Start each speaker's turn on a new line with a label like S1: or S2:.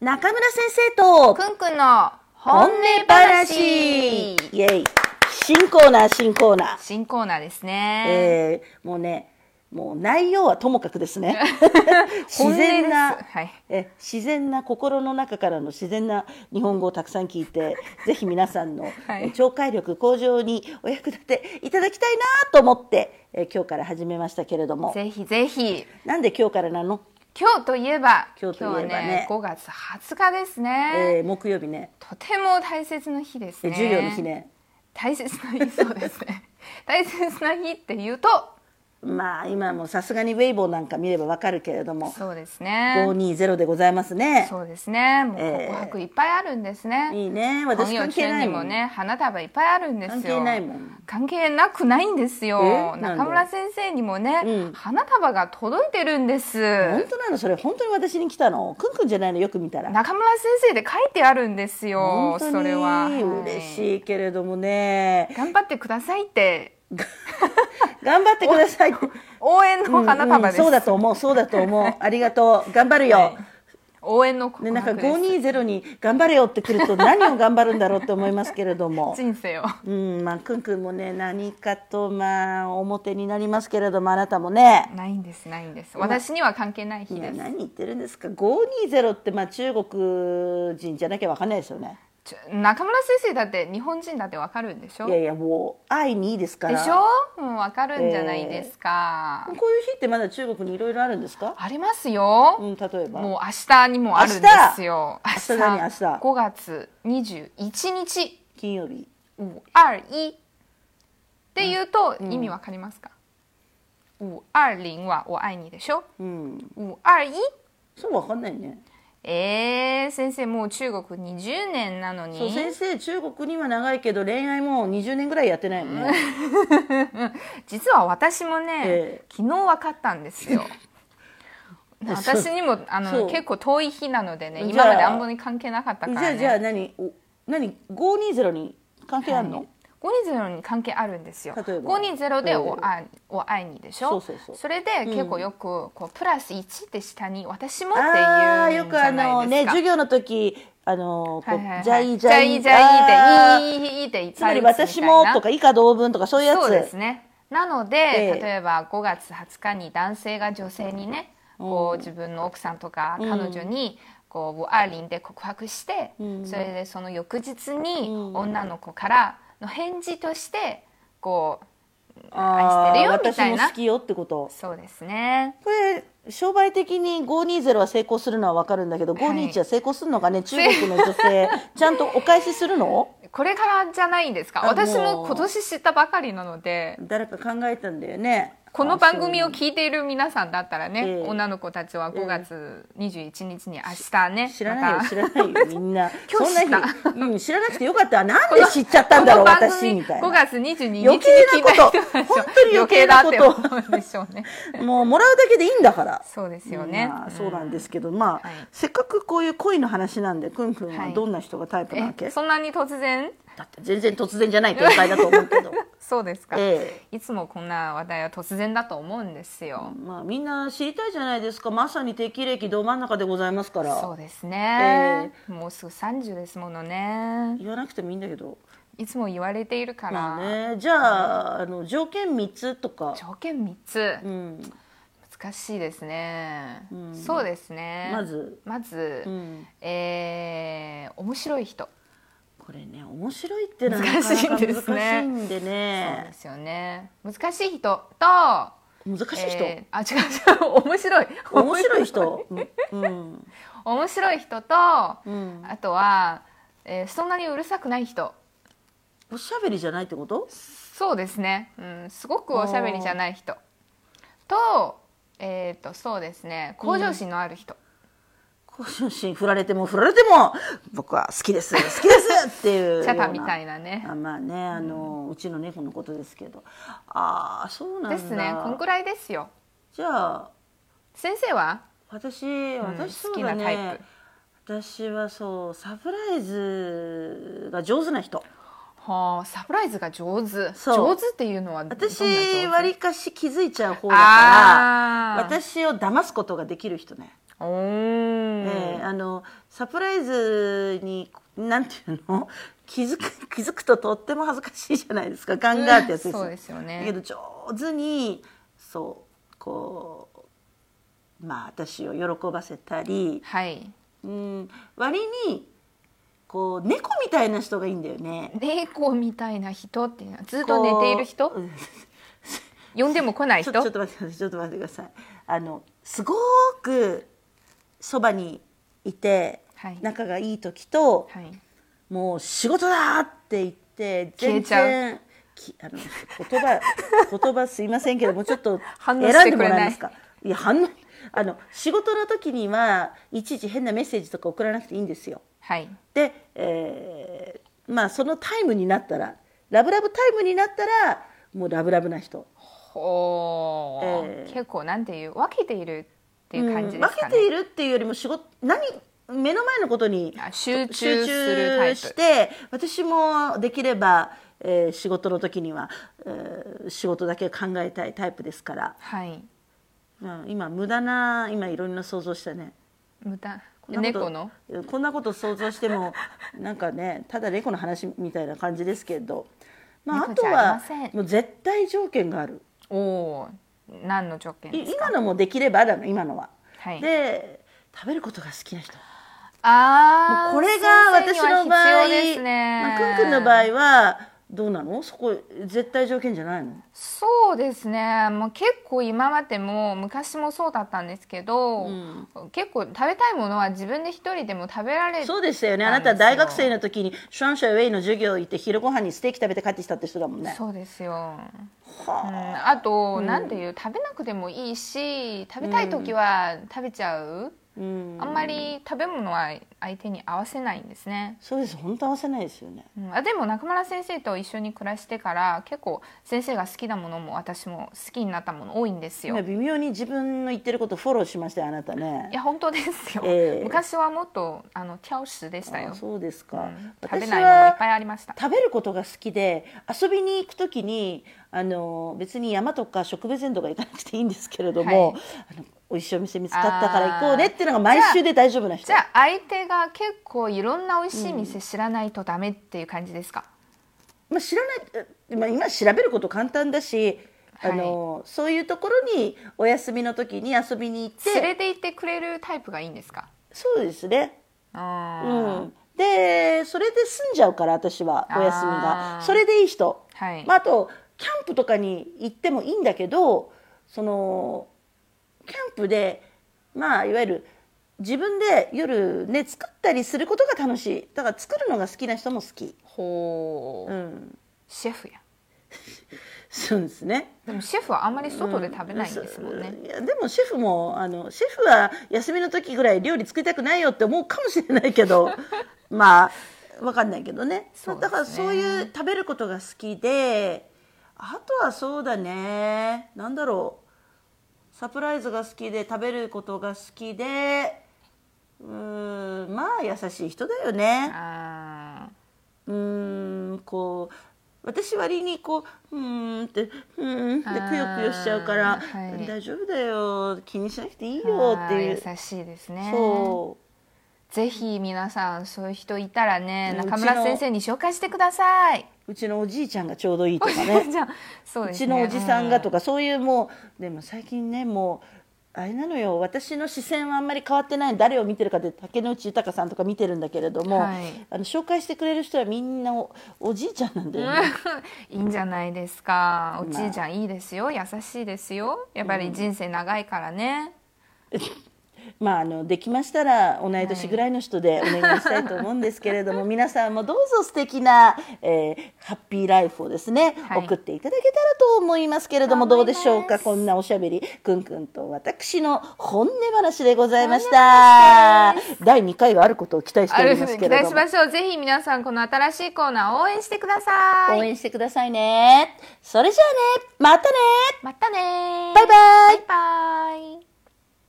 S1: 中村先生と
S2: くんくんの本音
S1: イ
S2: 話
S1: エイ新コーナー新コーナー、
S2: 新コーナーですね、
S1: えーもうねもう内容はともかくですね 自然
S2: 本音
S1: な
S2: ですはい
S1: え自然な心の中からの自然な日本語をたくさん聞い てぜひ皆さんの、
S2: はい
S1: え聴解力向上にお役立ていただきたいなと思って、え今日から始めましたけれども
S2: ぜひぜひ
S1: なんで今日からなの、
S2: 今日といえば
S1: 今日といえばね
S2: は5月20日ですね、
S1: えー木曜日ね
S2: とても大切な日です
S1: え
S2: ね
S1: 授業の日ね
S2: 大切な日そうですね 大切な日っていうと
S1: まあ今もさすがにウェイボーなんか見ればわかるけれども
S2: そうですね
S1: 520でございますね
S2: そうですねもう
S1: えー
S2: 告白いっぱいあるんですね、
S1: いいね
S2: 本
S1: 私
S2: 幼
S1: 関
S2: 稚
S1: 係
S2: 園
S1: な
S2: に
S1: いも
S2: も
S1: んね
S2: ね花束いっぱいあるんですよ
S1: 関係ないもん
S2: 関係なくないんですよ
S1: えなんで
S2: 中村先生にもね、
S1: うん
S2: 花束が届いてるんです
S1: 本当なのそれ本当に私に来たのくんくんじゃないのよく見たら
S2: 中村先生で書いてあるんですよ
S1: 本当に
S2: それは
S1: 嬉
S2: い
S1: しいけれどもね
S2: 頑張ってくださいって
S1: 頑張ってくださいって
S2: 応援の花束です、
S1: うんうんそうだと思うそうだと思 うありがとう頑張るよ、
S2: はい応援の告
S1: ね、なんか
S2: 白です、
S1: 520に頑張れよってくると何を頑張るんだろうって思いますけれども
S2: 人生を
S1: うんまあくんくんもね何かとまあ表になりますけれどもあなたもね
S2: ないんですないんです私には関係ない
S1: い
S2: 日
S1: や
S2: です、
S1: 何言ってるんですか520ってまあ中国人じゃなきゃ分かんないですよね
S2: ちょ中村先生だって日本人だってわかるんでしょ
S1: いやいやもう愛にいいですから
S2: でしょもうわかるんじゃないですか、
S1: こういう日ってまだ中国にいろいろあるんですか、
S2: ありますよ、
S1: うん、例えば
S2: もう明日にもあるんですよ。
S1: 明日何明日
S2: 5月21日、
S1: 金曜日
S2: 五二一って言うと意味わかりますか？五二零は我愛你でしょ？
S1: うん
S2: 五二一
S1: そう分かんないね
S2: えー、先生もう中国20年なのに
S1: そう先生中国には長いけど恋愛もう20年ぐらいやってないよね
S2: 実は私もね、
S1: え
S2: 昨日わかったんで すよ私にもあ
S1: そ
S2: の
S1: う
S2: 結構遠い日なので
S1: じ
S2: ね
S1: ゃあ
S2: 今まであんまり関係なかった
S1: じ
S2: か
S1: ゃ
S2: ら
S1: あ
S2: ね
S1: じゃあ何お何520に関係あるの、
S2: 520に関係あるんですよ。
S1: 例えば
S2: 520で
S1: ええ
S2: おあ「お愛に」でしょ
S1: そうそうそう
S2: れで結構よくこう、プラス1って下に「私も」っていうじ
S1: ああ
S2: ゃな
S1: ー
S2: いです
S1: よ
S2: か。
S1: くあのね授業の時あのこ
S2: は
S1: う
S2: いはいはい
S1: じゃい
S2: じ
S1: じ
S2: ゃ
S1: ゃ
S2: い
S1: い
S2: じゃい」「いい」「いい」「いい」っていっ
S1: つ
S2: ぱ
S1: ま
S2: い
S1: り
S2: 打つみたいな
S1: 私もとか以下同文とかそういうやつ
S2: そうですね。なので、
S1: ええ
S2: 例えば5月20日に男性が女性にね、こう自分の奥さんとか彼女に、こうアーリンで告白して、それでその翌日に
S1: うん
S2: 女の子からの返事としてこう
S1: あー
S2: 愛してるよみたい
S1: 私
S2: な
S1: も好きよってこと
S2: そうですね。
S1: これ商売的に520は成功するのはわかるんだけど、
S2: はい
S1: 521は成功するのかね中国の女 性ちゃんとお返しするの
S2: これからじゃないんですか。
S1: あ
S2: 私
S1: も
S2: も
S1: う
S2: 今年知ったばかりなので、
S1: 誰か考えたんだよね
S2: この番組を
S1: あ
S2: 聞いている皆さんだったらね、
S1: ええ
S2: 女の子たちは
S1: え
S2: 5月21日に明日ね、
S1: そう知らない
S2: ま
S1: よ
S2: た
S1: 知らないよみん な
S2: 今日
S1: そんな
S2: 知
S1: 日、うん、知らなくてよかったなんで知っちゃったんだろう
S2: この番組
S1: 私みたい
S2: 5
S1: な
S2: 月22日に
S1: 余計なこと
S2: 聞いた人たちは
S1: 本当に余計なこと
S2: 余計だって思うんでしょうね。
S1: もうもらうだけでいいんだから
S2: そうですよね。
S1: まあ、そうなんですけど、まあ、
S2: はい
S1: せっかくこういう恋の話なんでくんくん
S2: は
S1: はいどんな人がタイプなわけ、
S2: えそんなに突然
S1: だって全然突然じゃない展開だと思うけ ど、
S2: そうですか、
S1: え
S2: いつもこんな話題は突然だと思うんですよ
S1: え。まあ、みんな知りたいじゃないですかまさに適齢期ど真ん中でございますから
S2: そうですね、もうすぐ30ですものね。
S1: 言わなくてもいいんだけど、
S2: いつも言われているから、
S1: まあね、じゃああの条件3つとか、
S2: 条件3つ
S1: うん
S2: 難しいですね、
S1: ん
S2: そうですね
S1: まず
S2: まず、
S1: うん、
S2: えー面白い人
S1: これね面白いってのは
S2: 難しいんです
S1: なかなか
S2: ね
S1: 難しいんで
S2: そうで
S1: ね
S2: すよね難しい人と
S1: 難しい人、
S2: えーあ違う違う 面白い
S1: 面白い人、うんうん
S2: 面白い人と、
S1: うん、
S2: あとは、えーそんなにうるさくない人
S1: おしゃべりじゃないってこと
S2: そうですね、うん、すごくおしゃべりじゃない人とえっ、とそうですね向上心のある人、
S1: 向上心振られても振られても僕は好きです好きですっていうよう
S2: チャパみたいなね
S1: あまあねあの、うちの猫のことですけどああそうなんだ
S2: ですねこんくらいですよ
S1: じゃあ
S2: 先生は
S1: 私
S2: うん
S1: 私そ
S2: 好
S1: う
S2: き
S1: だ
S2: なタイ
S1: ね
S2: プ、
S1: 私はそうサプライズが上手な人
S2: はあサプライズが上手
S1: そう
S2: 上手っていうのはどんな上
S1: 私
S2: 手
S1: わりかし気づいちゃう方だから
S2: あー
S1: 私を騙すことができる人ね
S2: うーん、
S1: えーあのサプライズになんていうの 気づく気づくととっても恥ずかしいじゃないですかガンガーってやつ
S2: そうですよね
S1: だけど上手にそうこうまあ私を喜ばせたり、
S2: はい
S1: うん、割にこう猫みたいな人がいいんだよね。
S2: 猫みたいな人っていうのはずっと
S1: こ
S2: 寝
S1: う
S2: ている人呼んでも来ない
S1: ちょ
S2: 人
S1: ちょっと待ってくださいちょっと待ってくださいあのすごくそばにいて
S2: はい
S1: 仲がいい時と、
S2: はい
S1: もう仕事だって言って
S2: 消え
S1: 全
S2: ちゃう
S1: 然きあの言葉 言葉すいませんけどもうちょっと
S2: 反
S1: 選
S2: 応
S1: ん
S2: して
S1: で
S2: く
S1: も
S2: れない
S1: らえますかいや反応あの仕事の時にはいちいち変なメッセージとか送らなくていいんですよ
S2: はい
S1: で、えーまあそのタイムになったらラブラブタイムになったらもうラブラブな人
S2: ほー
S1: えー
S2: 結構なんていう分けているっていう感じですか
S1: うん分け
S2: ね、
S1: ているっていうよりも仕事何目の前のことに
S2: あ集中
S1: 集
S2: するタイ
S1: 中
S2: プ
S1: して私もできれば、えー仕事の時には、えー仕事だけ考えたいタイプですから、
S2: はい
S1: うん、今無駄な今いろんな想像したね
S2: 無駄
S1: こんなこと
S2: 猫の
S1: こんなこと想像しても なんかねただ猫の話みたいな感じですけど、まあ、あ
S2: 猫
S1: と
S2: じゃあ
S1: は
S2: りません
S1: もう絶対条件がある
S2: おおー何の条件
S1: い
S2: ですか
S1: 今のもできればだの今のは。
S2: はい
S1: で食べることが好きな人
S2: ああ
S1: これが私の場合、
S2: ですね、
S1: まあ、くんくんの場合はどうなのそこ絶対条件じゃないの
S2: そうですねもう結構今までも昔もそうだったんですけど、
S1: うん
S2: 結構食べたいものは自分で一人でも食べられ
S1: そうでしたよねあ
S2: なん
S1: な
S2: ですよ
S1: た大学生の時にシュアンシャウェイの授業行って昼ご飯にステーキ食べて帰ってきたって人だもんね
S2: そうですよ、うん、
S1: はあ
S2: あと、なんていう食べなくてもいいし食べたい時は食べちゃう、
S1: うん
S2: あんまり食べ物は相手に合わせないんですね、
S1: そうです本当合わせないですよね
S2: うん、あでも中村先生と一緒に暮らしてから結構先生が好きなものも私も好きになったもの多いんですよ、
S1: 今微妙に自分の言ってることフォローしましたよあなたね
S2: いや本当ですよ、
S1: ええ
S2: 昔はもっとあの挑食でしたよ
S1: あそうですか、
S2: うん食べ
S1: 私
S2: ないものいっ
S1: は
S2: ぱいありました
S1: 食べることが好きで遊びに行く時にあの別に山とか植物園とか行かなくていいんですけれども、あの美味しいお店見つかったから行こうねっていうのが毎週で大丈夫な人
S2: じゃあ相手が結構いろんな美味しい店知らないとダメっていう感じですか、
S1: まあ、知らないえまあ今調べること簡単だし、
S2: はい
S1: あのそういうところにお休みの時に遊びに行って
S2: 連れて行ってくれるタイプがいいんですか
S1: そうですね、
S2: う、
S1: うんん、でそれで済んじゃうから私はお休み
S2: あ
S1: が
S2: ー
S1: それでいい人、
S2: はい、
S1: まあ、あとキャンプとかに行ってもいいんだけどそのキャンプでまあいわゆる自分で夜ね作ったりすることが楽しいだから作るのが好きな人も好き、
S2: ほう、
S1: うん、
S2: シェフや
S1: そうですね
S2: でもシェフはあんまり外で食べないんですもんね、
S1: いやでもシェフもあのシェフは休みの時ぐらい料理作りたくないよって思うかもしれないけど まあわかんないけどね
S2: そうです
S1: だ
S2: ね
S1: からそういう食べることが好きであとはそうだねなんだろうサプライズが好きで食べることが好きでうーんまあ優しい人だよね。
S2: あー
S1: うーんこう私割にこう「うーん」って「うーん」って
S2: あー
S1: くよくよしちゃうから「
S2: はい
S1: 大丈夫だよ気にしなくていいよ」ってい
S2: あ
S1: う
S2: ー優しいですね
S1: そ
S2: ぜひ皆さんそういう人いたらね
S1: うん
S2: 中村先生に紹介してくださいう
S1: うちのおじいちゃんがちょうどいいとかね
S2: じゃあそう
S1: う
S2: ですね
S1: ちのおじさんがとかそういうもうでも最近ねもう。あれなのよ私の視線はあんまり変わってない誰を見てるかって竹野内豊さんとか見てるんだけれども、
S2: はい
S1: あの紹介してくれる人はみんなおおじいちゃんなんだよね。
S2: いいんじゃないですかおじいちゃんいいですよ優しいですよやっぱり人生長いからね、
S1: まあ、あのできましたら同い年ぐらいの人でお願いしたいと思うんですけれど も、皆さんもどうぞ素敵な、えーハッピーライフをですね、
S2: はい
S1: 送っていただけたらと思いますけれども
S2: 思
S1: ど
S2: いま
S1: う
S2: す
S1: でしょうかこんなおしゃべりくんくんと私の本音話でございまし
S2: 本
S1: た
S2: 音話
S1: 第2回があることを期待して
S2: あ
S1: お
S2: る
S1: り
S2: 期
S1: ますけれ
S2: 待
S1: ど
S2: し
S1: も
S2: ましょうぜひ皆さんこの新しいコーナー応援してくださ
S1: 応
S2: い
S1: 援してくださいねそれじゃあねまたね
S2: またね
S1: バイバイ
S2: バイバイ